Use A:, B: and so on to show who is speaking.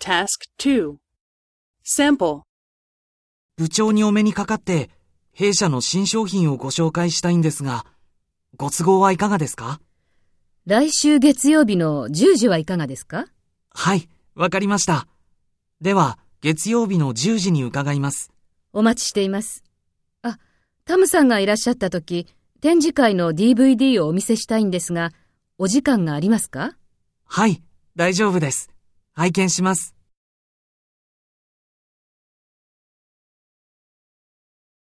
A: Task 2. Sample.
B: 部長にお目にかかって、弊社の新商品をご紹介したいんですが、ご都合はいかがですか
C: 来週月曜日の10時はいかがですか
B: はい、わかりました。では、月曜日の10時に伺います。
C: お待ちしています。あ、タムさんがいらっしゃった時、展示会の DVD をお見せしたいんですが、お時間がありますか
B: はい、大丈夫です。拝見します。